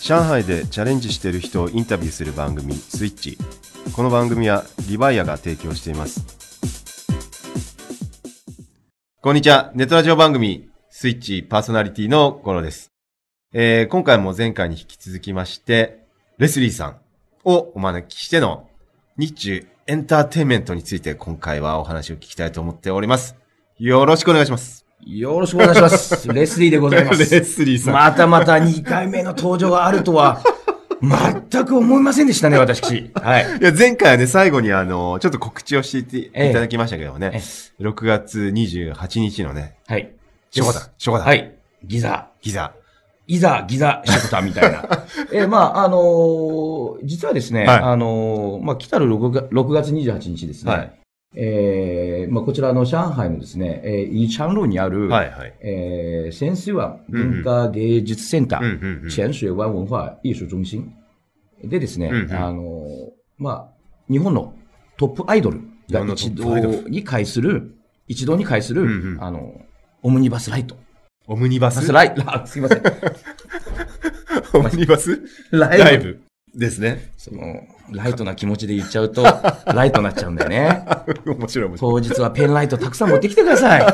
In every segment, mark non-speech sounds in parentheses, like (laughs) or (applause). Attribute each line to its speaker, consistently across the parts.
Speaker 1: 上海でチャレンジしている人をインタビューする番組スイッチこの番組はリバイアが提供していますこんにちはネットラジオ番組スイッチパーソナリティのゴロです、えー今回も前回に引き続きましてレスリーさんをお招きしての日中エンターテインメントについて今回はお話を聞きたいと思っておりますよろしくお願いします
Speaker 2: よろしくお願いし
Speaker 1: (laughs)
Speaker 2: ます。レスリーでございま
Speaker 1: レ
Speaker 2: す。
Speaker 1: スリーさん、
Speaker 2: またまた2回目の登場があるとは、全く思いませんでしたね、私。はい。
Speaker 1: いや、前回はね、最後にあの、ちょっと告知をしていただきましたけどもね、
Speaker 2: ええ
Speaker 1: 6月28日のね、
Speaker 2: はい。
Speaker 1: ショコタン、ショコタン、
Speaker 2: はい。ギザ。
Speaker 1: ギザ。
Speaker 2: いざ、ギザ、ショクタみた
Speaker 1: (laughs)
Speaker 2: いな。えー、まあ、あのー実はですね、
Speaker 1: はい
Speaker 2: あのーまあ、来たる 6, 月6月28日ですね、
Speaker 1: はい
Speaker 2: えーまあ、こちらの上海のですね、えー、イシャンローにある、
Speaker 1: はいはい。
Speaker 2: えー、潜水湾文化芸術センター、
Speaker 1: うんうんうん。
Speaker 2: 潜水湾文化艺術中心でですね、
Speaker 1: うんうん
Speaker 2: あの、まあ、日本のトップアイドル
Speaker 1: 日
Speaker 2: が
Speaker 1: 本のト
Speaker 2: 一
Speaker 1: ップアイドル
Speaker 2: 堂に会する、一堂に会する、
Speaker 1: うんうん
Speaker 2: あの、オムニバスライト。
Speaker 1: オムニバ
Speaker 2: バ
Speaker 1: ス
Speaker 2: スライト、すい
Speaker 1: (laughs)
Speaker 2: ません。
Speaker 1: オムニバス
Speaker 2: ライブ
Speaker 1: ライブですね。
Speaker 2: その、ライトな気持ちで言っちゃうと、ライトになっちゃうんだ
Speaker 1: (laughs)
Speaker 2: よね。
Speaker 1: 面白い面白い。
Speaker 2: 当日はペンライトたくさん持ってきてください。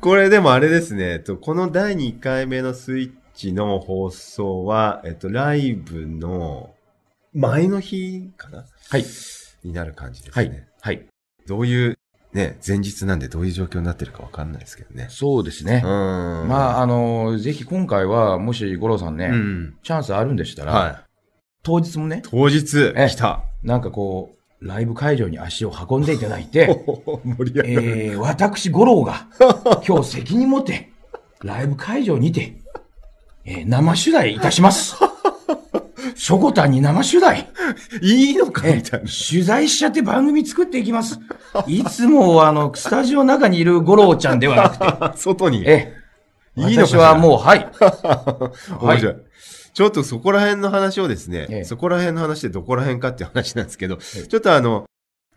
Speaker 1: これでもあれですね、えっとこの第2回目のスイッチの放送は、えっと、ライブの前の日かな
Speaker 2: はい。
Speaker 1: になる感じです
Speaker 2: は
Speaker 1: ね。
Speaker 2: い。はい。
Speaker 1: どういう、ね、前日なんでどういう状況になってるかわかんないですけどね。
Speaker 2: そうですね
Speaker 1: う。ん。
Speaker 2: ま
Speaker 1: あ、
Speaker 2: あ、あの、ぜひ今回は、もし五郎さんね、
Speaker 1: うん。
Speaker 2: チャンスあるんでしたら、
Speaker 1: は
Speaker 2: 当日もね
Speaker 1: い。、当日、
Speaker 2: ええ
Speaker 1: 来た。 (laughs)
Speaker 2: なんかこう、ライブ会場に足を運んでいただい
Speaker 1: (laughs)
Speaker 2: て、
Speaker 1: 盛り
Speaker 2: えー、私、五
Speaker 1: (laughs)
Speaker 2: 郎が、今日責任持って、ライブ会場にて、えー生取材いたし
Speaker 1: (laughs)
Speaker 2: ます。しょこたんに生取材、
Speaker 1: いいのか
Speaker 2: え
Speaker 1: みたいな。
Speaker 2: ー取材しちゃって番組作っていきます。いつも、あの、スタジオの中にいる五郎ちゃんではな
Speaker 1: (laughs)
Speaker 2: く
Speaker 1: 外に。
Speaker 2: て、えー
Speaker 1: いいのかし
Speaker 2: 私
Speaker 1: ら
Speaker 2: はもう、はい。
Speaker 1: (laughs) 面白い。ちょっとそこら辺の話をですね、
Speaker 2: ええ
Speaker 1: そこら辺の話でどこら辺かっていう話なんですけど、ちょっとあの、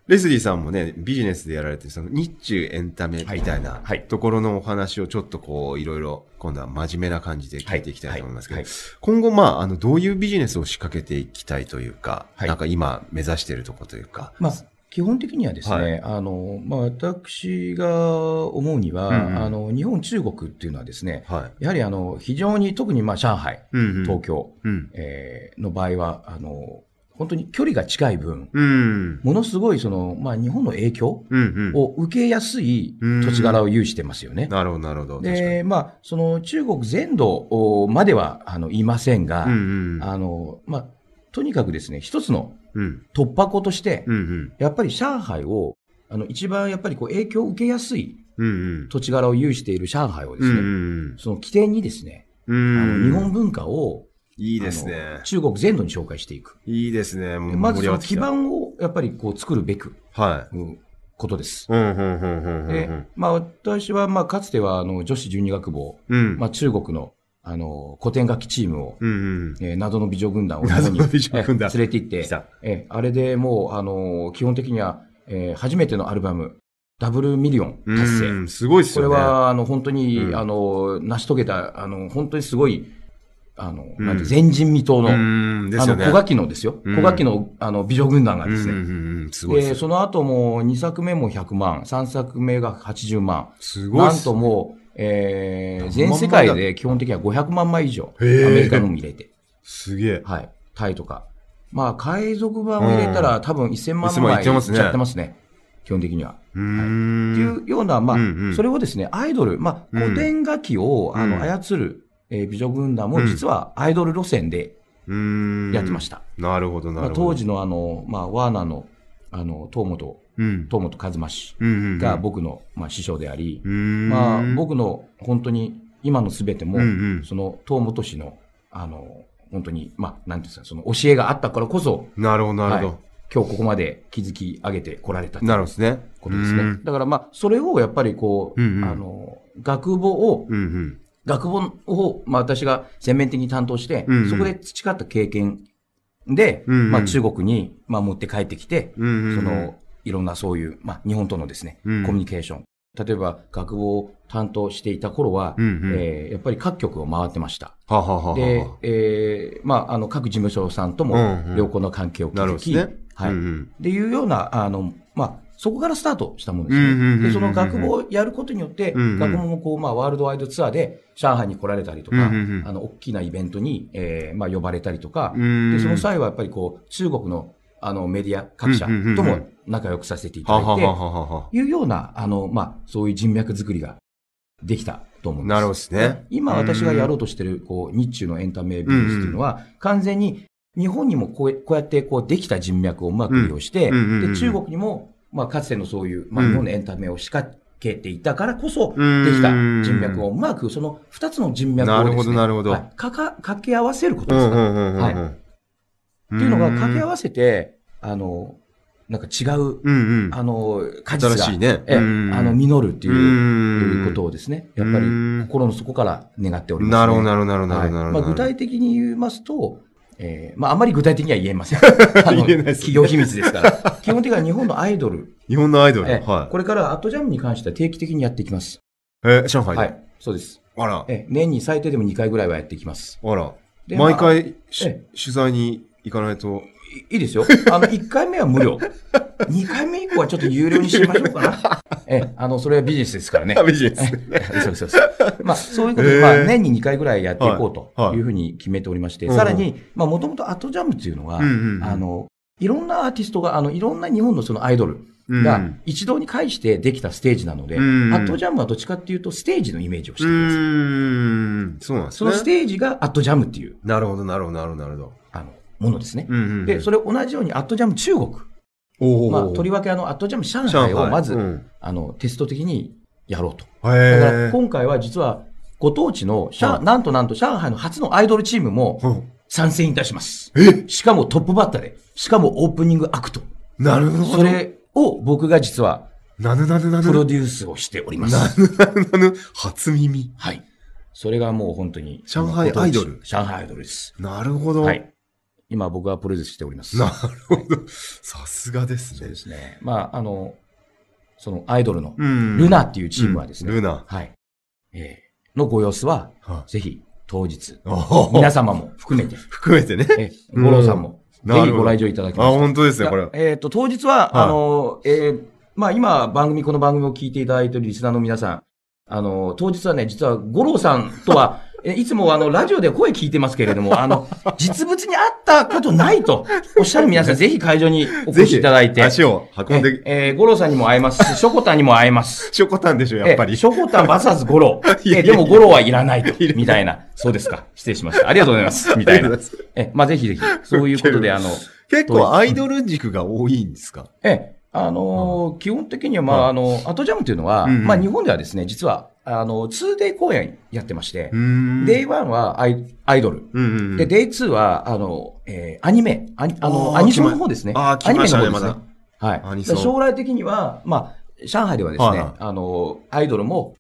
Speaker 1: レスリーさんもね、ビジネスでやられてる、その日中エンタメみたいな
Speaker 2: はいはい
Speaker 1: ところのお話をちょっとこう、いろいろ、今度は真面目な感じで聞いていきたいと思いますけど、
Speaker 2: はいはい
Speaker 1: 今後、まあ、あの、どういうビジネスを仕掛けていきたいというか、
Speaker 2: はい
Speaker 1: なんか今目指しているとこというか、
Speaker 2: まあ、基本的にはですね、
Speaker 1: は
Speaker 2: あのまあ、私が思うには、
Speaker 1: うんうん
Speaker 2: あの日本、中国っていうのはですね、
Speaker 1: はい。
Speaker 2: やはりあの非常に特にまあ上海、
Speaker 1: うん、うん。
Speaker 2: 東京、
Speaker 1: うん。
Speaker 2: えーの場合はあの、本当に距離が近い分、
Speaker 1: うん。
Speaker 2: ものすごいその、まあ、日本の影響
Speaker 1: うん、うん。
Speaker 2: を受けやすい土地柄を有してますよね。
Speaker 1: なるほど、なるほど。確かに。
Speaker 2: で、まあ、その中国全土まではあの言いませんが、
Speaker 1: うん、うん。
Speaker 2: あのまあ、とにかくですね、一つの
Speaker 1: うん。
Speaker 2: 突破口として、
Speaker 1: うん、うん。
Speaker 2: やっぱり上海を、あの、一番やっぱりこう影響を受けやすい
Speaker 1: うん、うん。
Speaker 2: 土地柄を有している上海をで
Speaker 1: う
Speaker 2: す
Speaker 1: ん
Speaker 2: ね、
Speaker 1: うん
Speaker 2: その起点にですね、
Speaker 1: う
Speaker 2: あ
Speaker 1: ん。
Speaker 2: の
Speaker 1: うん
Speaker 2: 日本文化を
Speaker 1: いいですね。
Speaker 2: 中国全土に紹介していく。
Speaker 1: いいですね。もう
Speaker 2: まずその
Speaker 1: 盛り
Speaker 2: 基
Speaker 1: 上がって
Speaker 2: 盤をやっぱりこう作るべく、
Speaker 1: きたはい。
Speaker 2: うんことです。
Speaker 1: うん、うん、うん、うんうんう
Speaker 2: で
Speaker 1: ん。、
Speaker 2: まあ私はまあかつてはあの女子十二学部を、
Speaker 1: うん。
Speaker 2: まあ中国のあの古典楽器チームを、
Speaker 1: うん、うん。
Speaker 2: えー謎の美女軍団を日
Speaker 1: 謎
Speaker 2: 本に
Speaker 1: の美女軍団
Speaker 2: えー連れて行って、
Speaker 1: 来た。
Speaker 2: えーあれでもう、あのー基本的には、えー初めてのアルバム、ダブルミリオン
Speaker 1: う
Speaker 2: 達成。
Speaker 1: ん、すごいっす
Speaker 2: これ
Speaker 1: よね。、
Speaker 2: は、あの、本当に、
Speaker 1: うん
Speaker 2: あの、成し遂げた、あの、本当にすごい、あの、
Speaker 1: うん
Speaker 2: なんて前人未到の、
Speaker 1: うん、で
Speaker 2: あ
Speaker 1: すよ
Speaker 2: の、
Speaker 1: ね。
Speaker 2: 小楽器のですよ。
Speaker 1: うん
Speaker 2: 小楽器の、あの、美女軍団がです
Speaker 1: うん、
Speaker 2: ね。
Speaker 1: うん、うん。すごいっ
Speaker 2: です
Speaker 1: よ。
Speaker 2: その後も、2作目も100万、3作目が80万。
Speaker 1: すごい
Speaker 2: な
Speaker 1: っ
Speaker 2: ん
Speaker 1: す
Speaker 2: と。もう、
Speaker 1: 何万
Speaker 2: えー、
Speaker 1: 枚だ
Speaker 2: 全世界で基本的には500万枚以上、ア
Speaker 1: へー
Speaker 2: メリカのも入れて。
Speaker 1: すげえ。
Speaker 2: はい。タイとか。まあ、海賊版を入れたら、多分1000万
Speaker 1: 1000万いっ
Speaker 2: 枚いってち
Speaker 1: ますね
Speaker 2: ゃってますね。基本的には。
Speaker 1: う
Speaker 2: って
Speaker 1: ん。
Speaker 2: いうような、まあ、
Speaker 1: うんうん
Speaker 2: それをですね、アイドル、まあ、
Speaker 1: うん
Speaker 2: 古典楽器を、あ
Speaker 1: うん
Speaker 2: の操る、えー美女軍団
Speaker 1: う
Speaker 2: も、
Speaker 1: ん
Speaker 2: 実はアイドル路線で
Speaker 1: うん。
Speaker 2: やってました。
Speaker 1: た。なるほど、な
Speaker 2: ま
Speaker 1: る
Speaker 2: あ、
Speaker 1: ほど。
Speaker 2: 当、時のあの、まあ、ワーナーの、あの、東本、
Speaker 1: うん。
Speaker 2: 東本和馬氏
Speaker 1: うんうんうん。
Speaker 2: が僕の、まあ、師匠であり
Speaker 1: う、ん。
Speaker 2: まあ、僕の本当に今のすべても、
Speaker 1: うんうん
Speaker 2: その東本氏の、あの、本当に、まあ、なんていうんですか、その教えがあったからこそ、
Speaker 1: なるほど、なる
Speaker 2: は
Speaker 1: ほ
Speaker 2: い今日ここまで築き上げてこられた
Speaker 1: ど。なるほどですね。
Speaker 2: ことです
Speaker 1: う
Speaker 2: ね
Speaker 1: ん。
Speaker 2: だからまあ、それをやっぱりこう、
Speaker 1: うんうん
Speaker 2: あの、学母を、
Speaker 1: うん、うん。
Speaker 2: 学母を、まあ私が全面的に担当して、
Speaker 1: うんうん
Speaker 2: そこで培った経験で、
Speaker 1: うんうん
Speaker 2: まあ中国に、まあ持って帰ってきて、
Speaker 1: うんうんうん
Speaker 2: その、いろんなそういう、まあ日本とのですね、
Speaker 1: うん
Speaker 2: コミュニケーション。例えば、学母を担当していた頃は、
Speaker 1: うんうん
Speaker 2: えーやっぱり各局を回ってました。
Speaker 1: はあはあはあはあ
Speaker 2: で、えーまあ、あの、各事務所さんと
Speaker 1: うんう
Speaker 2: も
Speaker 1: ん
Speaker 2: 良好な関係を
Speaker 1: なるほ
Speaker 2: 築
Speaker 1: どです
Speaker 2: き、
Speaker 1: ね。
Speaker 2: はい。
Speaker 1: うん
Speaker 2: っ
Speaker 1: うん
Speaker 2: ていうような、あの、まあ、そこからスタートしたものですね。
Speaker 1: うんうんうんうんうん
Speaker 2: で、その学部をやることによって、
Speaker 1: うんうん
Speaker 2: 学部もこう、まあ、ワールドワイドツアーで上海に来られたりとか、
Speaker 1: うんうんうん
Speaker 2: あの、大きなイベントに、えーまあ、呼ばれたりとか、
Speaker 1: うん
Speaker 2: で、その際はやっぱりこう、中国のあのメディア各社
Speaker 1: うんうんうんうん
Speaker 2: とも仲良くさせてい
Speaker 1: はあ
Speaker 2: た
Speaker 1: は
Speaker 2: だい
Speaker 1: あ
Speaker 2: て
Speaker 1: は、あはあはあ
Speaker 2: いうような、あの、まあ、そういう人脈作りができたと思うんです。
Speaker 1: なるほどですね。
Speaker 2: 今私がやろうとしてる、こう、日中のエンタメビジネスっていうのは、完全に日本にもこうこうやって、こう、できた人脈をうまく利用して、
Speaker 1: うんうんうんうん
Speaker 2: で、中国にも、まあ、かつてのそういう、まあ、
Speaker 1: うん
Speaker 2: 日本のエンタメを仕掛けていたからこそ、
Speaker 1: うん
Speaker 2: できた人脈をうまく、その二つの人脈を
Speaker 1: な
Speaker 2: です、ね。
Speaker 1: るほど、なるほど。
Speaker 2: はいかか、掛け合わせること
Speaker 1: う
Speaker 2: で
Speaker 1: ん
Speaker 2: す
Speaker 1: う
Speaker 2: から。
Speaker 1: んうんうんうん
Speaker 2: はいっていうのが掛け合
Speaker 1: わ
Speaker 2: わせて、あの、なんか違う、
Speaker 1: うんうん。
Speaker 2: あの、果実
Speaker 1: 新
Speaker 2: が、
Speaker 1: しいね。
Speaker 2: ええ、あ
Speaker 1: うん
Speaker 2: の、実るっていう
Speaker 1: いう
Speaker 2: ことをですね、やっぱり心の底から願っております、ね。
Speaker 1: なるほど、なるほど、なるほど、な
Speaker 2: はい
Speaker 1: るほど。
Speaker 2: まあ、具体的に言いますと、えーまあ、あまり具体的には言え
Speaker 1: (laughs)
Speaker 2: ません。あの
Speaker 1: 言えないです
Speaker 2: 企業秘密ですから。基本的には日本のアイドル、
Speaker 1: 日本のアイドル。
Speaker 2: えー
Speaker 1: は
Speaker 2: これからアットジャムに関しては定期的にやっていきます。
Speaker 1: い。え、上
Speaker 2: は
Speaker 1: 海
Speaker 2: い。
Speaker 1: で。
Speaker 2: そうです、
Speaker 1: あら、
Speaker 2: えー年に最低でも2回ぐらいはやっていきます。
Speaker 1: あら。
Speaker 2: で
Speaker 1: 毎、
Speaker 2: まあい
Speaker 1: 回し
Speaker 2: え
Speaker 1: 取材に行かない (laughs) と。
Speaker 2: いいですよ。あの、1回目は無料。2回目以降はちょっと有料にしましょうかな。えーあの、それはビジネスですからね。
Speaker 1: ビジネ
Speaker 2: え。そうそうそう。まあ、そういうことで、
Speaker 1: へー
Speaker 2: まあ、年に2回ぐらいやっていこう
Speaker 1: はいは
Speaker 2: と
Speaker 1: い
Speaker 2: いうふうに決めておりまして、
Speaker 1: うんうん
Speaker 2: さらに、まあ、もともとアットジャムっていうのは、
Speaker 1: うんうんうん
Speaker 2: あの、いろんなアーティストが、あの、いろんな日本のそのアイドル
Speaker 1: う
Speaker 2: が
Speaker 1: ん
Speaker 2: 一堂に会してできたステージなので、
Speaker 1: うんうん
Speaker 2: アットジャムはどっちかっていうと、ステージのイメージをし
Speaker 1: う
Speaker 2: ています。
Speaker 1: ーん。そうなんで
Speaker 2: その
Speaker 1: す
Speaker 2: ス
Speaker 1: ね。
Speaker 2: テージがアットジャムっていう、
Speaker 1: なるほど、なるほど、なるほど、なるほど。
Speaker 2: あの、ものですね。
Speaker 1: うんうんうん
Speaker 2: で、それを同じようにアットジャム中国。
Speaker 1: おー
Speaker 2: まあ、とりわけあの、アットジャム上海をまず、
Speaker 1: うん
Speaker 2: あの、テスト的にやろうと。
Speaker 1: へ
Speaker 2: だから
Speaker 1: え。
Speaker 2: 今回は実はご当地の上、
Speaker 1: はい
Speaker 2: なんとなんと上海の初のアイドルチームも
Speaker 1: うん
Speaker 2: 参戦いたします。
Speaker 1: え
Speaker 2: しかもトップバッターで、しかもオープニングアクト。
Speaker 1: なるほど。
Speaker 2: それを僕が実は
Speaker 1: なぬなぬなぬ。
Speaker 2: プロデュースをしております。
Speaker 1: なぬなぬなぬ。初耳。
Speaker 2: はい。それがもう本当に。
Speaker 1: 上海アイドル
Speaker 2: ご当地上海アイドルです。
Speaker 1: なるほど。
Speaker 2: はい。今僕がプロデュースしております。
Speaker 1: なるほど。さすがです
Speaker 2: そう
Speaker 1: ね
Speaker 2: で。すね。まあ、あの、そのアイドルの
Speaker 1: うん
Speaker 2: ルナっていうチームはですね、
Speaker 1: うんルナ。
Speaker 2: はい。えーのご様子は、
Speaker 1: は
Speaker 2: ぜひ当日、
Speaker 1: いおー
Speaker 2: 皆様も含めて、
Speaker 1: 含めてね。
Speaker 2: え、五郎さんも、
Speaker 1: うん
Speaker 2: ぜ
Speaker 1: な
Speaker 2: ひ
Speaker 1: るほ
Speaker 2: ご
Speaker 1: ど
Speaker 2: 来場いただき
Speaker 1: あ、
Speaker 2: まし
Speaker 1: 本当です
Speaker 2: た
Speaker 1: ね、
Speaker 2: い
Speaker 1: これ
Speaker 2: や。えっ、と、当日は、
Speaker 1: はい
Speaker 2: あの、えーまあ今、番組、この番組を聞いていただいているリスナーの皆さん、あの、当日はね、実は五郎さんとは、 (laughs) えいつもあの、ラジオで声聞いてますけれども、あ
Speaker 1: (laughs)
Speaker 2: の、実物に会ったことないとおっしゃる皆さん、ぜひ会場にお越しいた
Speaker 1: (laughs)
Speaker 2: だいて、
Speaker 1: 足を運ん
Speaker 2: え
Speaker 1: で、
Speaker 2: えー、五郎さんにも会えま
Speaker 1: (laughs)
Speaker 2: すし、しょこたんにも会えます。
Speaker 1: しょこたんでしょ、やっぱ
Speaker 2: え
Speaker 1: り。
Speaker 2: しょこたんバサス五郎。
Speaker 1: (laughs) いや
Speaker 2: え
Speaker 1: いや
Speaker 2: で
Speaker 1: いや
Speaker 2: も五郎はいらないと、みたいな。そうですか。失礼しました。ありがとうござ
Speaker 1: (laughs)
Speaker 2: います。みたいな。え、まあ、ぜひぜひ、そういうことで、あの、
Speaker 1: 結構アイドル軸が多いんですか
Speaker 2: え、あのー基本的には、まあ、
Speaker 1: はい
Speaker 2: あの、アトジャムというのは、
Speaker 1: うんうん
Speaker 2: まあ、日本ではですね、実は、あの、2day 公演やってまして、
Speaker 1: うーん
Speaker 2: Day1 はアイアイドル。
Speaker 1: うんうんうん
Speaker 2: で、Day2 は、あの、えーアニメ、アニあ
Speaker 1: あ
Speaker 2: の
Speaker 1: ー
Speaker 2: アニソンの方ですね。
Speaker 1: あー
Speaker 2: ア
Speaker 1: 来
Speaker 2: ニ
Speaker 1: ま
Speaker 2: メ
Speaker 1: し
Speaker 2: の
Speaker 1: たね
Speaker 2: 方ですね。はい。
Speaker 1: アニ
Speaker 2: だ
Speaker 1: ソン
Speaker 2: から将来的には、まあ、上海ではです
Speaker 1: はい
Speaker 2: ね
Speaker 1: はい、
Speaker 2: あの、アイドルも、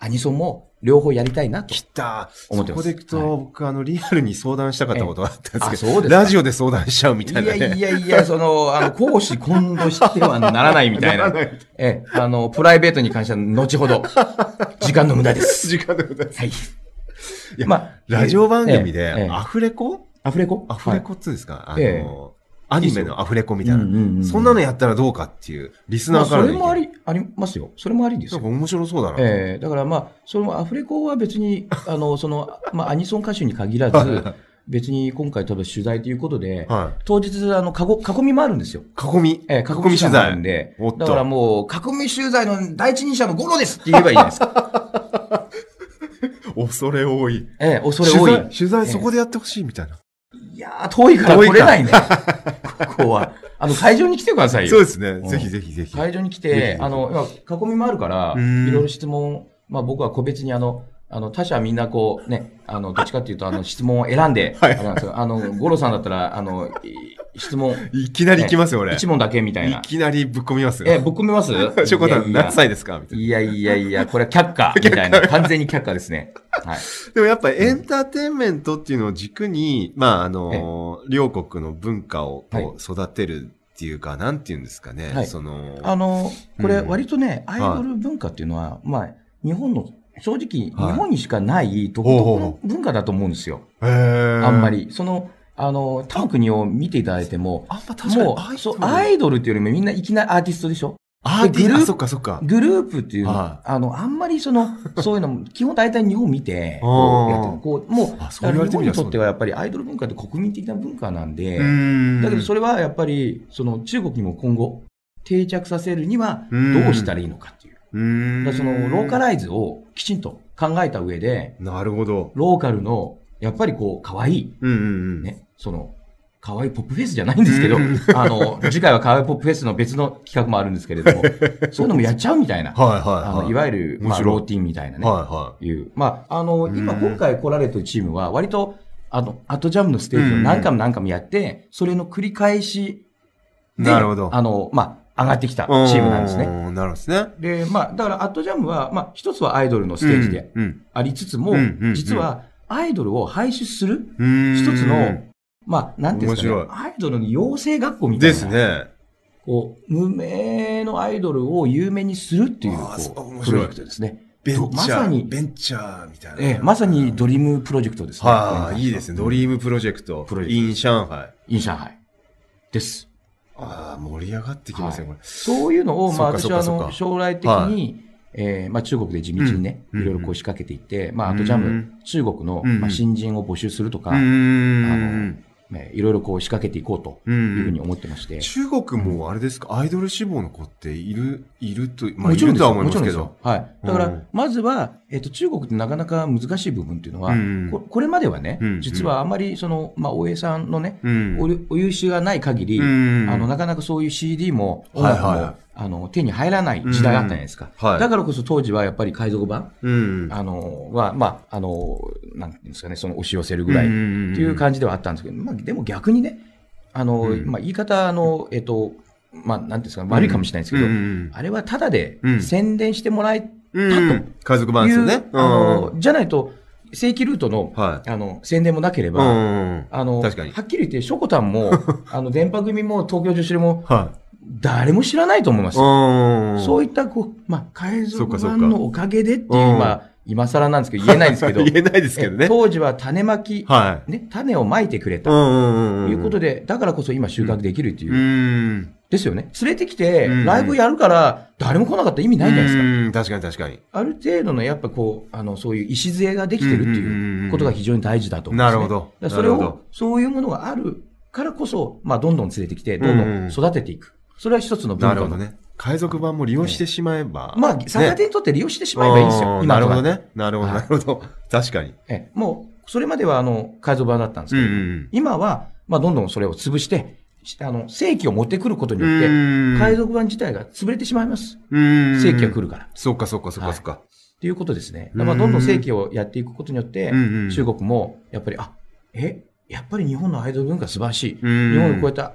Speaker 2: アニソンも、両方やりたいなと
Speaker 1: 来。た。そ
Speaker 2: 思ってます
Speaker 1: こでいくと、僕、あの、リアルに相談したかったことがあったんですけ
Speaker 2: あ、
Speaker 1: ど、
Speaker 2: そうですか
Speaker 1: ラジオで相談しちゃうみたい
Speaker 2: い
Speaker 1: な
Speaker 2: や
Speaker 1: ね。
Speaker 2: いやいや、その、あの、講師今度してはならないみたい
Speaker 1: (laughs)
Speaker 2: な
Speaker 1: ら。ない
Speaker 2: ええ、あの、プライベートに関しては後ほ
Speaker 1: (laughs)
Speaker 2: ど、時間の無駄です。
Speaker 1: 時間でございます。
Speaker 2: はい。
Speaker 1: いや
Speaker 2: まあ、
Speaker 1: ラジオ番組
Speaker 2: えええ
Speaker 1: で
Speaker 2: え、
Speaker 1: アフレコ
Speaker 2: アフレコ
Speaker 1: アフレコっつうんですかあ
Speaker 2: ええ
Speaker 1: の、アニメのアフレコみたい
Speaker 2: はいうんうんう
Speaker 1: な。
Speaker 2: ん
Speaker 1: そんなのやったらどうかっていう、リス
Speaker 2: ま
Speaker 1: ナ
Speaker 2: あ、
Speaker 1: ーか
Speaker 2: そ
Speaker 1: ら
Speaker 2: れもあ
Speaker 1: り
Speaker 2: り、ありますよ。それもありです
Speaker 1: なん
Speaker 2: よ
Speaker 1: か。面白そうだな。
Speaker 2: ええだからまあ、そのアフレコは別に、あの、その、まあ、アニソン歌手に限らず、別に今回多分取材ということで、
Speaker 1: は
Speaker 2: 当日、あの、かご、囲みもあるんですよ。
Speaker 1: い。囲み。
Speaker 2: ええ、
Speaker 1: 囲み取
Speaker 2: 者もあるん
Speaker 1: 材。
Speaker 2: で
Speaker 1: おっ、と
Speaker 2: だからもう、囲み取材の第一人者のゴロですって言えばいいじゃないですか。
Speaker 1: 恐れ多い。
Speaker 2: ええ、恐れ多い
Speaker 1: 取材。取材そこでやってほしいみたいな。
Speaker 2: いやー、遠いから
Speaker 1: 遠いか
Speaker 2: 来れないね。 (laughs) ここは。あの、会場に来てください
Speaker 1: そう
Speaker 2: よ。
Speaker 1: ですね。
Speaker 2: ん
Speaker 1: ぜひぜひぜひ。
Speaker 2: 会場に来
Speaker 1: ぜひぜ
Speaker 2: て、
Speaker 1: ひ
Speaker 2: あの、今、囲みもあるから、
Speaker 1: うん
Speaker 2: いろいろ質問、まあ僕は個別にあの、あの、他社みんなこう、ね、あの、どっちかっていうと、
Speaker 1: (laughs)
Speaker 2: あの、質問を選んで、
Speaker 1: はい
Speaker 2: あれなんですよあの、五郎さんだったら、あの、い質問、
Speaker 1: いきなり行きますよ、俺。
Speaker 2: 一
Speaker 1: い
Speaker 2: 問だけみたいな。
Speaker 1: きなりぶっ込みますよ。
Speaker 2: え、ぶっ込
Speaker 1: (laughs)
Speaker 2: めます
Speaker 1: しょこたん
Speaker 2: いやいや
Speaker 1: 何歳ですかみたいない
Speaker 2: やいやいや、これは
Speaker 1: (laughs)
Speaker 2: 却下、みたいな。完全に却下ですね。はい。
Speaker 1: でもやっぱエンターテインメントっていうのを軸に、まあ、あのー、両国の文化をこう育てるっていうか、なんていうんですかね。
Speaker 2: はい
Speaker 1: その、
Speaker 2: あの、これ
Speaker 1: うん
Speaker 2: 割とね、ア
Speaker 1: い
Speaker 2: イドル文化っていうのは、まあ、日本の、正直、
Speaker 1: はい
Speaker 2: 日本にしかない独
Speaker 1: ほうほう
Speaker 2: 特
Speaker 1: ほ
Speaker 2: の文化だと思うんですよ。
Speaker 1: へー
Speaker 2: あんま。り。その、あの、他の国を見ていただいても、
Speaker 1: あんま確かに
Speaker 2: もう、そう、アイドルっていうよりもみんないきなりアーティストでしょ
Speaker 1: アーティ
Speaker 2: グルー
Speaker 1: あ
Speaker 2: プ
Speaker 1: そっかそっか。
Speaker 2: グループっていうの
Speaker 1: は
Speaker 2: は、あの、あんまり
Speaker 1: (laughs)
Speaker 2: その、そういうのも、基本大体日本見て、こうやってるこう、もう、
Speaker 1: あ
Speaker 2: だ
Speaker 1: そう
Speaker 2: から
Speaker 1: 言われて
Speaker 2: 日
Speaker 1: み
Speaker 2: 本
Speaker 1: り
Speaker 2: に
Speaker 1: ゃそう
Speaker 2: とってはやっぱりアイドル文化って国民的な文化なんで、
Speaker 1: ん
Speaker 2: だけどそ
Speaker 1: れ
Speaker 2: れはやっぱり、その中国にも今後、定着させるには、ど
Speaker 1: うん
Speaker 2: うしたらいいのかっていう。だからその、ローカライズをきちんと考えた上で、
Speaker 1: なるほど。
Speaker 2: ローカルの、やっぱりこう、可愛い、
Speaker 1: うんうんうん。
Speaker 2: ね、その、可愛いポップフェスじゃないんですけど
Speaker 1: うん、
Speaker 2: あの、次回は可愛いポップフェスの別の企画もあるんですけ
Speaker 1: (laughs)
Speaker 2: れども、そういうのもやっちゃうみたいな。
Speaker 1: はい
Speaker 2: あ
Speaker 1: はいは
Speaker 2: の
Speaker 1: い。
Speaker 2: いわゆる、
Speaker 1: 面
Speaker 2: まあ、
Speaker 1: 白い
Speaker 2: ローティンみたいなね、、
Speaker 1: はい
Speaker 2: う、まあ、あの
Speaker 1: うん
Speaker 2: 今、今回来られてるチームは、割とあのアットジャムのステージを何回も何回もやって、それの繰り返し
Speaker 1: い。
Speaker 2: で、
Speaker 1: なるほど。
Speaker 2: あのまあ、上がってきたチームなんですね。
Speaker 1: うーん。なるほどですね。
Speaker 2: でまあ、だから、アットジャムは、まあ、一つはアイドルのステージで
Speaker 1: うん。
Speaker 2: ありつつも、
Speaker 1: うんうんうん
Speaker 2: 実はアイドルを廃止する、
Speaker 1: うん
Speaker 2: 一つの、まあ、なんていうんですか
Speaker 1: 面
Speaker 2: ね、アイドルの養成学校みたい
Speaker 1: で
Speaker 2: な、
Speaker 1: すね。
Speaker 2: こう無名のアイドルを有名にするっていう
Speaker 1: あーそう
Speaker 2: こ
Speaker 1: 面
Speaker 2: う
Speaker 1: 白い
Speaker 2: プロジェクトですね。
Speaker 1: ベンチャー。
Speaker 2: まさに
Speaker 1: ベンチャーみたいな。
Speaker 2: ええ、まさにドリームプロジェクトですね。
Speaker 1: はい、いいですね。ドリームプロジェクト。
Speaker 2: プロジェクト
Speaker 1: in 上海。
Speaker 2: イン上海です。
Speaker 1: ああ、盛り上がってきますね、これ。
Speaker 2: そういうのを、まあ、
Speaker 1: そっ
Speaker 2: 私
Speaker 1: か
Speaker 2: はあ
Speaker 1: そっかそっ
Speaker 2: の
Speaker 1: か
Speaker 2: 将来的に、
Speaker 1: は
Speaker 2: えーまあ、中国で地道にね、
Speaker 1: うん
Speaker 2: いろいろこう仕掛けていって、まあ、あとジャ
Speaker 1: う
Speaker 2: ム
Speaker 1: ん、
Speaker 2: 中国の、
Speaker 1: うん
Speaker 2: まあ、新人を募集するとか、
Speaker 1: うーん。
Speaker 2: ねいろいろこう仕掛けていこうと
Speaker 1: うんうん
Speaker 2: いうふうに思ってまして。
Speaker 1: 中国もあれですか、アイドル志望の子っている、いると、まあ、
Speaker 2: も
Speaker 1: い
Speaker 2: ちろん
Speaker 1: る
Speaker 2: です
Speaker 1: とは
Speaker 2: よ
Speaker 1: 思い
Speaker 2: も
Speaker 1: ま
Speaker 2: ち
Speaker 1: す
Speaker 2: ろん
Speaker 1: け
Speaker 2: ですよ
Speaker 1: ど。。
Speaker 2: はい。だから、
Speaker 1: うん
Speaker 2: まずは、えっと、中国ってなかなか難しい部分っていうのは、
Speaker 1: うん
Speaker 2: ここれまではね、
Speaker 1: うん
Speaker 2: 実はあまり、その、まあ、大江さんのね、
Speaker 1: うん
Speaker 2: おお優秀がない限り、
Speaker 1: うん
Speaker 2: あの、なかなかそういう CD も、音
Speaker 1: はい
Speaker 2: 楽も、
Speaker 1: はい
Speaker 2: あの、手に入らない時代があったじゃないですか。
Speaker 1: うんはい
Speaker 2: だからこそ当時はやっぱり海賊版、
Speaker 1: うん。
Speaker 2: あの、は、まあ、あの、なんていうんですかね、その押し寄せるぐらいっていう感じではあったんですけど、まあ、でも逆にね、あの、
Speaker 1: うん
Speaker 2: まあ、言い方、あの、えっと、まあ、なんていうんですか、悪いかもしれないですけど、
Speaker 1: うん
Speaker 2: あれはただで
Speaker 1: うん
Speaker 2: 宣伝してもらえ、
Speaker 1: うんうん。家族版
Speaker 2: い
Speaker 1: ですよ
Speaker 2: う、
Speaker 1: ね。
Speaker 2: あの、じゃないと、正規ルートの、
Speaker 1: は
Speaker 2: あの、宣伝もなけれ
Speaker 1: い。
Speaker 2: ば、
Speaker 1: ん。
Speaker 2: あの、はっ
Speaker 1: 確
Speaker 2: き
Speaker 1: かに
Speaker 2: り言って、しょこたん
Speaker 1: (laughs)
Speaker 2: も、あの、電波組も、東京女子でも、
Speaker 1: は
Speaker 2: 誰も知らないと思いま
Speaker 1: い。
Speaker 2: すよ。そう
Speaker 1: い
Speaker 2: いった、こう、まあ、海
Speaker 1: そ
Speaker 2: 賊
Speaker 1: っかそっか
Speaker 2: 版のおかげでっていう、
Speaker 1: うん
Speaker 2: まあ、今更なんですけど、言えないんですけど、
Speaker 1: (laughs) 言えないですけど
Speaker 2: え
Speaker 1: ね。
Speaker 2: 当時は種まき、
Speaker 1: は
Speaker 2: ね、種をまいてくれ
Speaker 1: い。
Speaker 2: た、
Speaker 1: ん
Speaker 2: ということで、だからこそ今収穫できるっていう。
Speaker 1: うん。
Speaker 2: ですよね。連れてきて、
Speaker 1: うん
Speaker 2: ライブやるから、誰も来なかったら意味ないじゃないですか。
Speaker 1: うん確かに確かに。
Speaker 2: ある程度の、やっぱこう、あの、そういう礎ができてるって
Speaker 1: うんうんうんう
Speaker 2: い
Speaker 1: ん
Speaker 2: うことが非常に大事だと思うん
Speaker 1: な
Speaker 2: です、
Speaker 1: る
Speaker 2: ね。
Speaker 1: ほど。
Speaker 2: だからそれ
Speaker 1: なるほど
Speaker 2: を、そういうものがあるからこそ、まあ、どんどん連れてきて、どんどん育てていく。それは一つの文
Speaker 1: な
Speaker 2: 化
Speaker 1: る
Speaker 2: の
Speaker 1: ほどね。海賊版も利用してしまえば。
Speaker 2: まあ、逆手にとって利用してしまえばいいんですよ、
Speaker 1: うん
Speaker 2: 今
Speaker 1: なる
Speaker 2: の
Speaker 1: ほど
Speaker 2: が。
Speaker 1: ね。なるほど、な
Speaker 2: は
Speaker 1: いるほど。確かに。
Speaker 2: ええもう、それまでは、あの、改造版だったんですけど、
Speaker 1: ん。
Speaker 2: 今は、まあ、どんどんそれを潰して、しあの、正規を持ってくることによって、海
Speaker 1: 海
Speaker 2: 賊版自体が潰れてしまいます。正
Speaker 1: 正
Speaker 2: 規が来るから。っ
Speaker 1: そっかそっかそっかそっか。
Speaker 2: ていうことですね。
Speaker 1: うん
Speaker 2: まあ、どんどん正規をやっていくことによって、中
Speaker 1: 中
Speaker 2: 国も、やっぱり、あ、え、やっぱり日本のアイドル文化素晴らしい。
Speaker 1: 国
Speaker 2: 日本を超えた、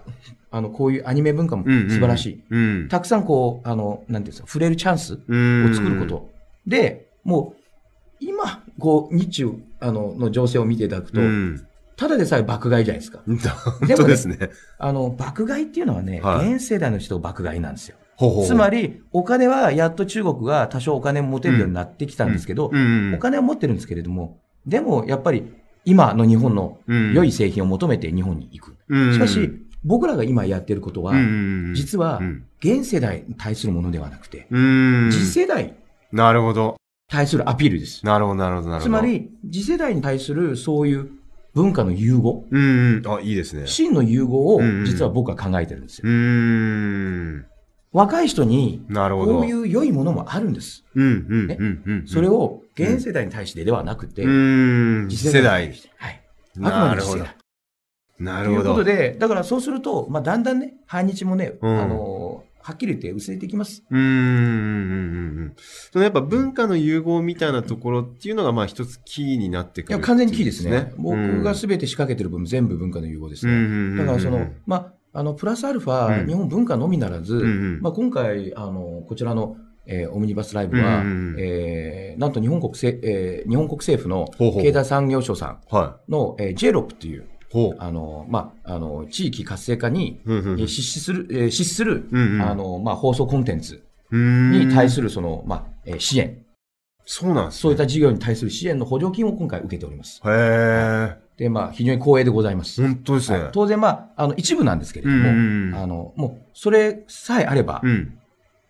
Speaker 2: あの、こういうアニメ文化も素晴らしい。
Speaker 1: うん。
Speaker 2: たくさんこう、あの、なんていうんですか、触れるチャンス
Speaker 1: を
Speaker 2: を作るこ。と。で、もう、今、こう、日中、あの、の情勢を見ていただくと、
Speaker 1: うん。
Speaker 2: ただでさえ爆買いじゃないですか。
Speaker 1: (laughs) 本当ですね。
Speaker 2: あの、爆買いっていうのはね、
Speaker 1: はい
Speaker 2: 現世代の人を爆買いなんですよ。
Speaker 1: ほうほう
Speaker 2: つまり、お金はやっと中国が多少お金を持てるようになってきたんですけど、
Speaker 1: うん
Speaker 2: お金は持ってるんですけれども、でも、やっぱり、今の日本の
Speaker 1: うん
Speaker 2: 良い製品を求めて日本に行く。
Speaker 1: うん
Speaker 2: しかし、僕らが今やってることは、
Speaker 1: うん
Speaker 2: 実は
Speaker 1: うん
Speaker 2: 現世代に対するものではなくて、
Speaker 1: うん
Speaker 2: 次世代に
Speaker 1: なるほど。
Speaker 2: 対するアピールです。
Speaker 1: なるほど、なるほど、なるほど。
Speaker 2: つま、り、次世代に対するそういう文化の融合、
Speaker 1: うん。あ、いいですね。
Speaker 2: 真の融合を
Speaker 1: うんうん
Speaker 2: 実は僕は考えてるんですよ。
Speaker 1: うん。
Speaker 2: 若い人に
Speaker 1: なるほど。
Speaker 2: こういう良いものもあるんです。
Speaker 1: うん、うん、
Speaker 2: ね
Speaker 1: うん、うん。
Speaker 2: それを現世代に対してではなくて、
Speaker 1: うん、次世代
Speaker 2: に。対してはい。あくま
Speaker 1: な
Speaker 2: で
Speaker 1: る
Speaker 2: 次
Speaker 1: ほ
Speaker 2: 世
Speaker 1: ど
Speaker 2: 代。。
Speaker 1: な
Speaker 2: と
Speaker 1: る
Speaker 2: い
Speaker 1: ほ
Speaker 2: うこと
Speaker 1: ど。
Speaker 2: で、だからそうすると、まあ、だんだんね、反日もね、
Speaker 1: うん
Speaker 2: あのーはっきり言って薄れていきます。
Speaker 1: うーんうんうんうんそのやっぱ文化の融合みたいなところっていうのが、まあ一つキーになってく
Speaker 2: い
Speaker 1: る
Speaker 2: や、完全にキーですね。僕が
Speaker 1: す
Speaker 2: 全て仕掛けてる部分、全部文化の融合です
Speaker 1: うん
Speaker 2: ね。
Speaker 1: うんうんうん
Speaker 2: だからその、まあ、あの、プラスアルファ、
Speaker 1: うん
Speaker 2: 日本文化のみならず、
Speaker 1: うんうん
Speaker 2: まあ、今回、あの、こちらの、えーオムニバスライブは、
Speaker 1: うんうんうん
Speaker 2: えーなんと日本国せ、えー日本国政府の
Speaker 1: ほうほう
Speaker 2: 経済産業省さ
Speaker 1: は
Speaker 2: んの、えー、JLOP っていう、
Speaker 1: い。ほう。
Speaker 2: あの、まあ、あの、地域活性化に、
Speaker 1: うんうん
Speaker 2: えー実施する、えー実施する、
Speaker 1: うんうん
Speaker 2: あの、まあ、放送コンテンツ
Speaker 1: うん
Speaker 2: に対する、その、まあ、えー支援
Speaker 1: そうなんです
Speaker 2: そういっ
Speaker 1: ね。
Speaker 2: た事業に対する支援の補助金を今回受けております。
Speaker 1: へえ。
Speaker 2: で、まあ、非常に光栄でございます。
Speaker 1: 本当ですね。
Speaker 2: 当然、まあ、あの、一部なんですけれども、
Speaker 1: うんうん
Speaker 2: あの、もう、それさえあれば
Speaker 1: う、ん。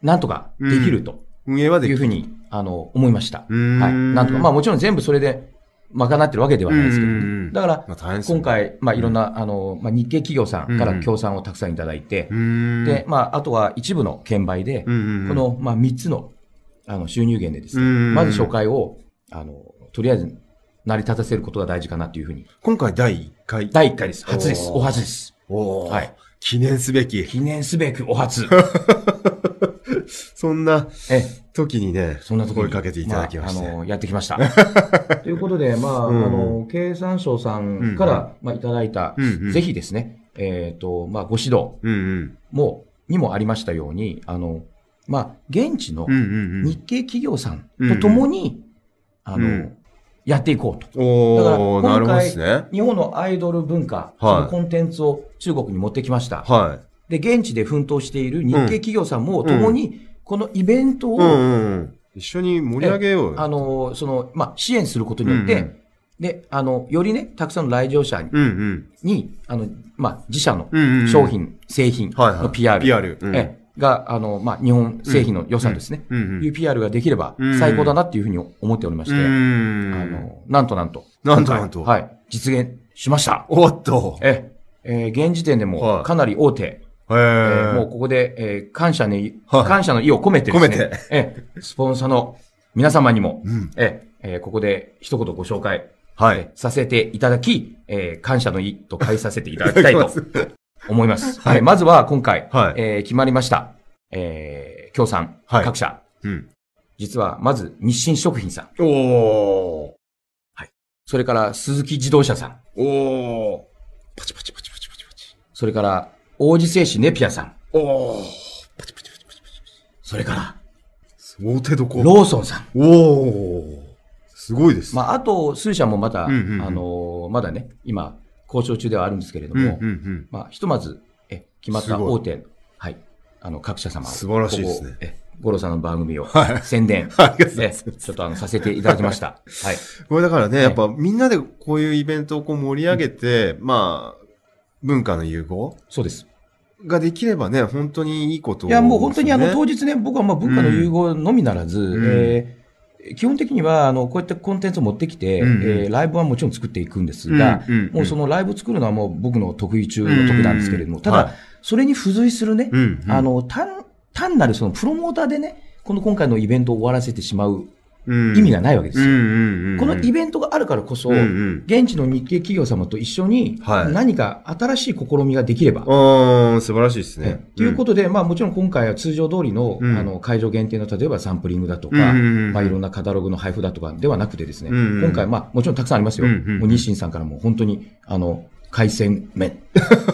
Speaker 2: なんとかできると
Speaker 1: 運営はで
Speaker 2: い
Speaker 1: き
Speaker 2: う
Speaker 1: る。
Speaker 2: ふうに、あの、思いました。
Speaker 1: うーん
Speaker 2: はい。なんとか、まあ、もちろん全部それで賄ってるわけではないですけれど
Speaker 1: うんうんうん
Speaker 2: も、だから、
Speaker 1: まあ、大変ですね
Speaker 2: 今、回、まあ、いろんな、あの、まあ、日系企業さんか
Speaker 1: うんう
Speaker 2: ら
Speaker 1: ん
Speaker 2: 協賛をたくさんいただいて
Speaker 1: う、ーん、
Speaker 2: で、まあ、あとは一部の券売で
Speaker 1: う、んうんうん、
Speaker 2: この、まあ、3つの、あの、収入源でですね、
Speaker 1: うんうんうん
Speaker 2: まず紹介を、あの、とりあえず、成り立たせることが大事かなというふうに。
Speaker 1: 今回第1回。
Speaker 2: 第1回です。初です。
Speaker 1: おー
Speaker 2: お初です。
Speaker 1: おー
Speaker 2: はい。
Speaker 1: 記念すべき。 (laughs)
Speaker 2: 記念すべくお初。
Speaker 1: そんな
Speaker 2: ええ、
Speaker 1: 時にね、
Speaker 2: そんなところ
Speaker 1: 声かけていただきまして。
Speaker 2: あ、あの、やってき
Speaker 1: (laughs)
Speaker 2: ました。ということで、まあ、
Speaker 1: うんうん
Speaker 2: あの、経産省さんから、まあ、いただいた、
Speaker 1: うんうん
Speaker 2: ぜひですね、えっ、と、まあ、ご指導
Speaker 1: うんうん。
Speaker 2: も、にもありましたように、あの、まあ、現地の
Speaker 1: うんうんうん
Speaker 2: 日。系企業さんと共に、あの、
Speaker 1: うん
Speaker 2: やっていこうと。
Speaker 1: おおな
Speaker 2: だから
Speaker 1: る
Speaker 2: 今回
Speaker 1: ほどですね。
Speaker 2: 日本のアイドル文化、
Speaker 1: はい
Speaker 2: そのコンテンツを中国に持ってきました。
Speaker 1: は
Speaker 2: で、現地で奮闘している日系企業さんも共に、このイベン
Speaker 1: い。
Speaker 2: トを、
Speaker 1: うんうんうん。一緒に盛り上げようよ。
Speaker 2: あの、その、まあ、支援することによって、
Speaker 1: うんうん
Speaker 2: で、あの、よりね、たくさんの来場者に、
Speaker 1: うんうん。
Speaker 2: あの、まあ、自社の
Speaker 1: うんうんうん
Speaker 2: 商品、製品
Speaker 1: はいはい
Speaker 2: の PR、
Speaker 1: PR うん
Speaker 2: ええが、あの、まあ、日本製品の良さですね、
Speaker 1: うんうん。
Speaker 2: いう PR ができれば
Speaker 1: うん
Speaker 2: 最高だなっていうふうに思っておりまして、
Speaker 1: うん
Speaker 2: あの、なんとなんと。
Speaker 1: なんとなんと
Speaker 2: 今回はい、実現しました。
Speaker 1: おっと。
Speaker 2: ええ、えー現時点で
Speaker 1: は
Speaker 2: も
Speaker 1: い
Speaker 2: かなり大手、
Speaker 1: え
Speaker 2: えー
Speaker 1: ー
Speaker 2: もうここで、えー感謝ね、
Speaker 1: はい
Speaker 2: 感謝の意を込めてですね、
Speaker 1: 込めて
Speaker 2: ええスポンサーの皆様にも、
Speaker 1: うん。
Speaker 2: えええーここで一言ご紹介
Speaker 1: はい。
Speaker 2: させていただき、えー感謝の意と返させていただきたい
Speaker 1: (laughs)
Speaker 2: と思います。はい、まずは今回、
Speaker 1: はい
Speaker 2: えー決まりました、えー、協賛、
Speaker 1: はい
Speaker 2: 各社、
Speaker 1: うん。
Speaker 2: 実はまず日清食品さん、
Speaker 1: おお
Speaker 2: それから鈴木自動車さん、
Speaker 1: おおパチパチパチパチパチパチ。
Speaker 2: それから王子製紙ネピアさん、
Speaker 1: おおパチパチパチパチパチ。
Speaker 2: それから
Speaker 1: 大手どこ
Speaker 2: ローソンさん。
Speaker 1: おおすごいです。
Speaker 2: まあ、あと数社もまた、
Speaker 1: うんうんうん
Speaker 2: あのーまだね、今、交渉中ではあるんですけれど
Speaker 1: うんうん
Speaker 2: も、
Speaker 1: うん。 (laughs)
Speaker 2: まあ、ひとまず、え、決まっ
Speaker 1: す
Speaker 2: た
Speaker 1: ごい
Speaker 2: 大手、はい、あの、各社様を。
Speaker 1: 素晴らしいですね
Speaker 2: ここえ、五郎さんの番組を
Speaker 1: はい (laughs)
Speaker 2: 宣伝、
Speaker 1: ありがとうござい
Speaker 2: え
Speaker 1: ます。
Speaker 2: ちょっとあの、させていただきま
Speaker 1: (laughs)
Speaker 2: した。はい。
Speaker 1: これだからね、やっぱみんなでこういうイベントをこう盛り上げて、まあ、文化の融合
Speaker 2: そうです。
Speaker 1: ができればね、本当にいいこと
Speaker 2: いや、もう本当にあの、
Speaker 1: 当
Speaker 2: 当日ね、僕はまあ、文化の融合のみならず、
Speaker 1: ん
Speaker 2: えー基本的には、あの、こういったコンテンツを持ってきて、
Speaker 1: うんうん
Speaker 2: えーライブはもちろん作っていくんですが、
Speaker 1: うんうんうん
Speaker 2: もうそのライブ作るのはもう僕の得意中の得意なんですけれども、ただ、
Speaker 1: はい
Speaker 2: それに付随するね、
Speaker 1: うんうん
Speaker 2: あの、単、単なるそのプロモーターでね、この今回のイベントを終わらせてしまう意味がないわけですよ。このイ
Speaker 1: ベン
Speaker 2: ベントがあるからこそ、
Speaker 1: うんうん
Speaker 2: 現地の日系企業様と一緒に
Speaker 1: はい
Speaker 2: 何か新しい試みができれば、
Speaker 1: あー素晴らしいです
Speaker 2: ね
Speaker 1: ね。
Speaker 2: ということで、まあ、もちろん今回は通常通りの,、
Speaker 1: うん
Speaker 2: あの会場限定の例えばサンプリングだとか、
Speaker 1: うんうんうん
Speaker 2: まあ、いろんなカタログの配布だとかではなくてですね、
Speaker 1: うんうん
Speaker 2: 今回、まあ、もちろんたくさんありますよ、
Speaker 1: うんうん
Speaker 2: もう日清さんからも本当にあの海鮮
Speaker 1: (laughs)
Speaker 2: 麺、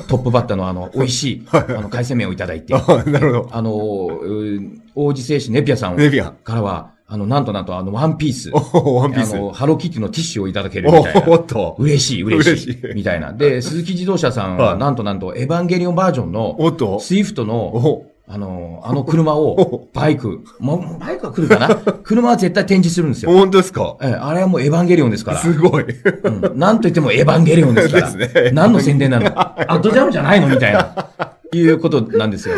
Speaker 2: トップバッターのあの美味しいあの海鮮麺をいただいて、
Speaker 1: とで。なるほど。
Speaker 2: あのうん王子製紙ネピアさん
Speaker 1: ネビアン。
Speaker 2: からは、あのなんとなんとあのワンピース、
Speaker 1: おおワンピース。
Speaker 2: あ
Speaker 1: お
Speaker 2: のハローキティのティッシュをいただけるみたいな
Speaker 1: お。っと。
Speaker 2: 嬉しい、嬉し
Speaker 1: 嬉しい
Speaker 2: い。みたいな。で、鈴木自動車さん
Speaker 1: は
Speaker 2: は、
Speaker 1: い
Speaker 2: なんとなんと、エヴァンゲリオンバージョンの、
Speaker 1: おっと。
Speaker 2: スイフト
Speaker 1: お
Speaker 2: の、
Speaker 1: お
Speaker 2: あの、あの車を
Speaker 1: お、
Speaker 2: バイク、もうもうバイクは来るかな車は絶対展示するんですよ。
Speaker 1: 本当ですか
Speaker 2: ええあれはもうエヴァンゲリオンですから。
Speaker 1: すごい。
Speaker 2: うんなんと言ってもエヴァンゲリオンですから。
Speaker 1: ですね
Speaker 2: 何の宣伝なのアットジャムじゃないのみた
Speaker 1: (laughs)
Speaker 2: いな。いうことなんですよ。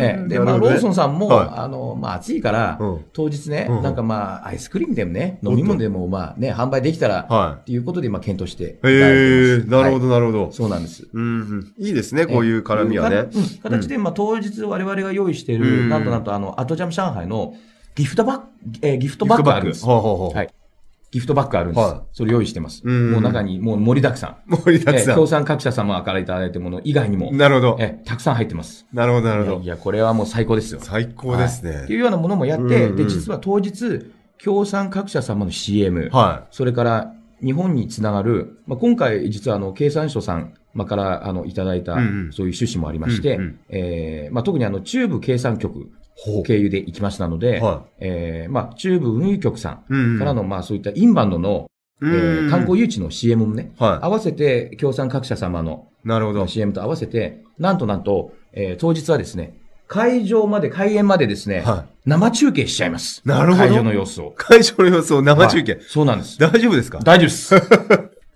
Speaker 2: ええで、
Speaker 1: な
Speaker 2: まあ、
Speaker 1: るほ
Speaker 2: ロ
Speaker 1: どね
Speaker 2: ーソンさんも、
Speaker 1: はい
Speaker 2: あの、まあ、暑いから、
Speaker 1: うん
Speaker 2: 当日ね、
Speaker 1: うん
Speaker 2: なんかまあ、アイスクリームでもね、飲み物でもまあね、販売できたら、
Speaker 1: は
Speaker 2: っていうことで、まあ、検討していた
Speaker 1: い。
Speaker 2: だいて
Speaker 1: へえ
Speaker 2: ます
Speaker 1: なるほ
Speaker 2: は
Speaker 1: ど、なるほど
Speaker 2: い。そうなんです。
Speaker 1: うんうん。いいですね、こういう絡みはね。
Speaker 2: うん形で、まあ、当日我々が用意してい
Speaker 1: うん
Speaker 2: る、なんとなんと、あの、アトジャム上海のギフトバッグ、えーギフトバッグあるんです。
Speaker 1: ほうほうほう (laughs)
Speaker 2: はいギフトバッグあるんです
Speaker 1: は。
Speaker 2: それ用意してます。
Speaker 1: うん
Speaker 2: もう中に、もう盛りだくさん。
Speaker 1: 盛りだく
Speaker 2: え
Speaker 1: さ
Speaker 2: ー
Speaker 1: ん
Speaker 2: 協。賛各社様からいただいたもの以外にも、
Speaker 1: なるほど。
Speaker 2: えーたくさん入ってます。
Speaker 1: なるほど、なる
Speaker 2: いや
Speaker 1: ほど
Speaker 2: い。や、これはもう最高ですよ。
Speaker 1: 最高です
Speaker 2: はいっ
Speaker 1: ね
Speaker 2: てい。うようなものもやっ
Speaker 1: うん
Speaker 2: て、
Speaker 1: うん
Speaker 2: で、実は当日、協賛各社様の CM、
Speaker 1: は
Speaker 2: それから日本につながる、まあ、今回、実はあの経産省さんまあからあのいただいた、
Speaker 1: うんうん
Speaker 2: そういう趣旨もありまして、
Speaker 1: うんうん
Speaker 2: えーまあ、特にあの中部経産局
Speaker 1: ほう
Speaker 2: 経由で行きましたので、
Speaker 1: は
Speaker 2: えーまあ、中部運輸局さ
Speaker 1: い。うん
Speaker 2: んからの、まあ、そういったインバウンドの、
Speaker 1: え
Speaker 2: えー観光誘致の CM もね、
Speaker 1: は
Speaker 2: 合わせて協賛各社様の
Speaker 1: い。なるほど。
Speaker 2: CM と合わせて、なんとなんと、えー当日はですね、会場まで、開演までですね、
Speaker 1: は
Speaker 2: 生中継しちゃいます。
Speaker 1: なるほど
Speaker 2: 会場の様子を。
Speaker 1: 会場の様子を生中継。
Speaker 2: はいそうなんです。
Speaker 1: 大丈夫ですか
Speaker 2: 大丈
Speaker 1: (laughs)
Speaker 2: 夫です。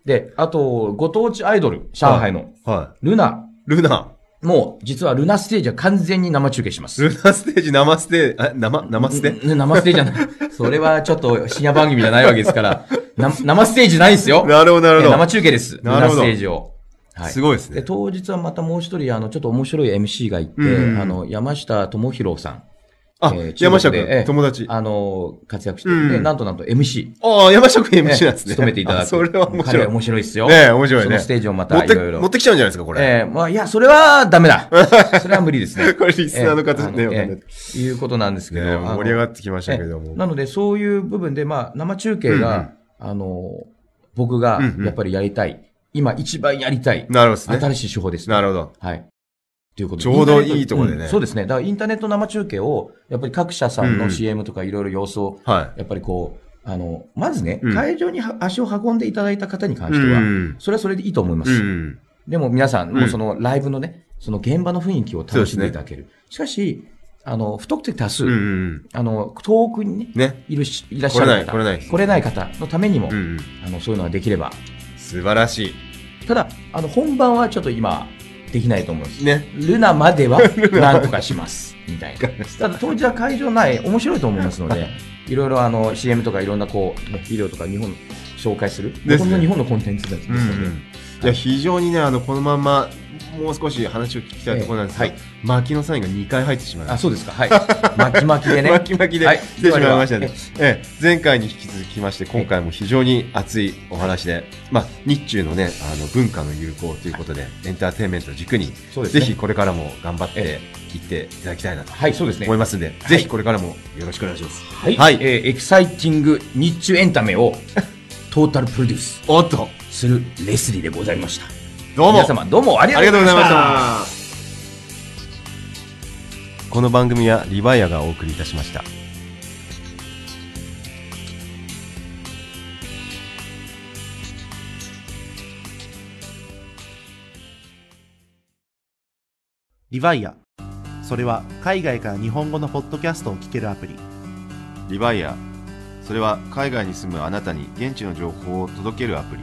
Speaker 2: で、あと、ご当地アイドル、上海の、
Speaker 1: は
Speaker 2: ルナ、
Speaker 1: い。ルナ、
Speaker 2: もう、実はルナステージは完全に生中継します。
Speaker 1: ルナステージ、生ステージ、あ、生、生ステ
Speaker 2: ね生ステージじゃない。それはちょっと深夜番組じゃないわけですから、 (laughs) な生ステージないですよ。
Speaker 1: なるほど、なるほど。
Speaker 2: 生中継です。ル
Speaker 1: なる
Speaker 2: ナ
Speaker 1: ほ
Speaker 2: ス
Speaker 1: ど
Speaker 2: テージを。はい
Speaker 1: す。ごいです
Speaker 2: で
Speaker 1: ね。
Speaker 2: 当日はまたもう一人、あの、ちょっと面白い MC がいて、
Speaker 1: うん
Speaker 2: あの、山下智博さん、
Speaker 1: あ
Speaker 2: えー、中
Speaker 1: 山
Speaker 2: 国
Speaker 1: 下
Speaker 2: で
Speaker 1: 君
Speaker 2: ええ、
Speaker 1: 友達。あ
Speaker 2: あの、活躍して、
Speaker 1: うん
Speaker 2: でなんとなんと MC、
Speaker 1: あ、山下君 MC なんです
Speaker 2: え
Speaker 1: ね。
Speaker 2: え務めていただ
Speaker 1: あ
Speaker 2: く。
Speaker 1: それは面
Speaker 2: 彼
Speaker 1: 白い。
Speaker 2: は面白いですよ。
Speaker 1: ねえ面白い
Speaker 2: そ
Speaker 1: ね
Speaker 2: のステージをま
Speaker 1: 持
Speaker 2: た
Speaker 1: っ
Speaker 2: い
Speaker 1: て、
Speaker 2: ろいろ。
Speaker 1: 持ってきちゃうんじゃないですか、これ。
Speaker 2: ええまあ、いや、それはダメ
Speaker 1: (laughs)
Speaker 2: だ。それは無理ですね。
Speaker 1: これリスナーの方ね、
Speaker 2: ええ
Speaker 1: わかんない
Speaker 2: ええいうことなんですけど。
Speaker 1: ね
Speaker 2: あの
Speaker 1: 盛り上がってきましたけど
Speaker 2: え
Speaker 1: も。
Speaker 2: えなので、そういう部分で、まあ、生中継が、あの、僕が
Speaker 1: うんうん
Speaker 2: やっぱりやりたい、今一番やりたい、
Speaker 1: なるほどですね。
Speaker 2: 新しい手法ですね。
Speaker 1: なるほど。
Speaker 2: はい。ということで
Speaker 1: ちょうどいいところでね
Speaker 2: うんそうですね。だからインターネット生中継を、やっぱり各社さん
Speaker 1: うんう
Speaker 2: の
Speaker 1: ん
Speaker 2: CM とかいろいろ様子を、
Speaker 1: は
Speaker 2: やっぱりこう、あの、まずね、
Speaker 1: うん
Speaker 2: 会場には足を運んでいただいた方に関
Speaker 1: い。う
Speaker 2: しては、
Speaker 1: ん。
Speaker 2: それはそれでいいと思います。
Speaker 1: うん。
Speaker 2: でも皆さん、
Speaker 1: ん
Speaker 2: もうそのライブのね、その現場の雰囲気を楽しんでいただける。しかし、あの、不特定多数、
Speaker 1: うんうん。
Speaker 2: あの、遠くにね、
Speaker 1: ね。
Speaker 2: いるしいらっしゃる方、
Speaker 1: 来れない来れない
Speaker 2: 方のためにも、
Speaker 1: うんうん。
Speaker 2: あの、そういうのができれば。
Speaker 1: 素晴らし
Speaker 2: ただ、あの、本番はちょっと今、できないと思います
Speaker 1: い。。ね。
Speaker 2: ルナ
Speaker 1: (laughs)
Speaker 2: まではなんとかします。みたいな。ただ当日は会場内、面白いと思います
Speaker 1: (laughs)
Speaker 2: ので、いろいろあの CM とかいろんなこう、ね医療とか日本紹介する、
Speaker 1: ね
Speaker 2: ほとんど日本のコンテンツです
Speaker 1: う
Speaker 2: の
Speaker 1: んう
Speaker 2: で、
Speaker 1: ん。いや、非常にね、あの、このまんま、もう少し話を聞きたいところなんですが
Speaker 2: ええは、
Speaker 1: 巻きのサインが2回入ってしまいました
Speaker 2: あ、そうですか。はい。 (laughs) 巻き巻きでね。
Speaker 1: 巻き巻きで
Speaker 2: はい
Speaker 1: 来てしまいましたね
Speaker 2: では。
Speaker 1: ええ、前回に引き続きまして、今回も非常に熱いお話で、まあ、日中のね、あの、文化の友好ということで、エンターテインメントを軸に、
Speaker 2: そうです
Speaker 1: ぜ
Speaker 2: ね
Speaker 1: ひこれからも頑張って
Speaker 2: え
Speaker 1: いっていただきたいなと
Speaker 2: はい、そうですね
Speaker 1: 思い。ますんで、
Speaker 2: い
Speaker 1: ぜひこれからもよろしくお願いします。
Speaker 2: はい。
Speaker 1: はい
Speaker 2: えーエキサイティング日中エンタ
Speaker 1: (laughs)
Speaker 2: メをトータルプロデュース
Speaker 1: おっと、
Speaker 2: するレスリーでございました。
Speaker 1: どうも
Speaker 2: 皆様どうもあり
Speaker 1: あ
Speaker 2: が
Speaker 1: り
Speaker 2: と
Speaker 1: が
Speaker 2: う
Speaker 1: とう
Speaker 2: ご
Speaker 1: ご
Speaker 2: ざ
Speaker 1: ざ
Speaker 2: い
Speaker 1: いま
Speaker 2: まし。
Speaker 1: したた。この番組はリバイアがお送りいたしました。
Speaker 3: リヴァイア。それは海外から日本語のポッドキャストを聞けるアプリ。
Speaker 1: リバイア、それは海外に住むあなたに現地の情報を届けるアプリ。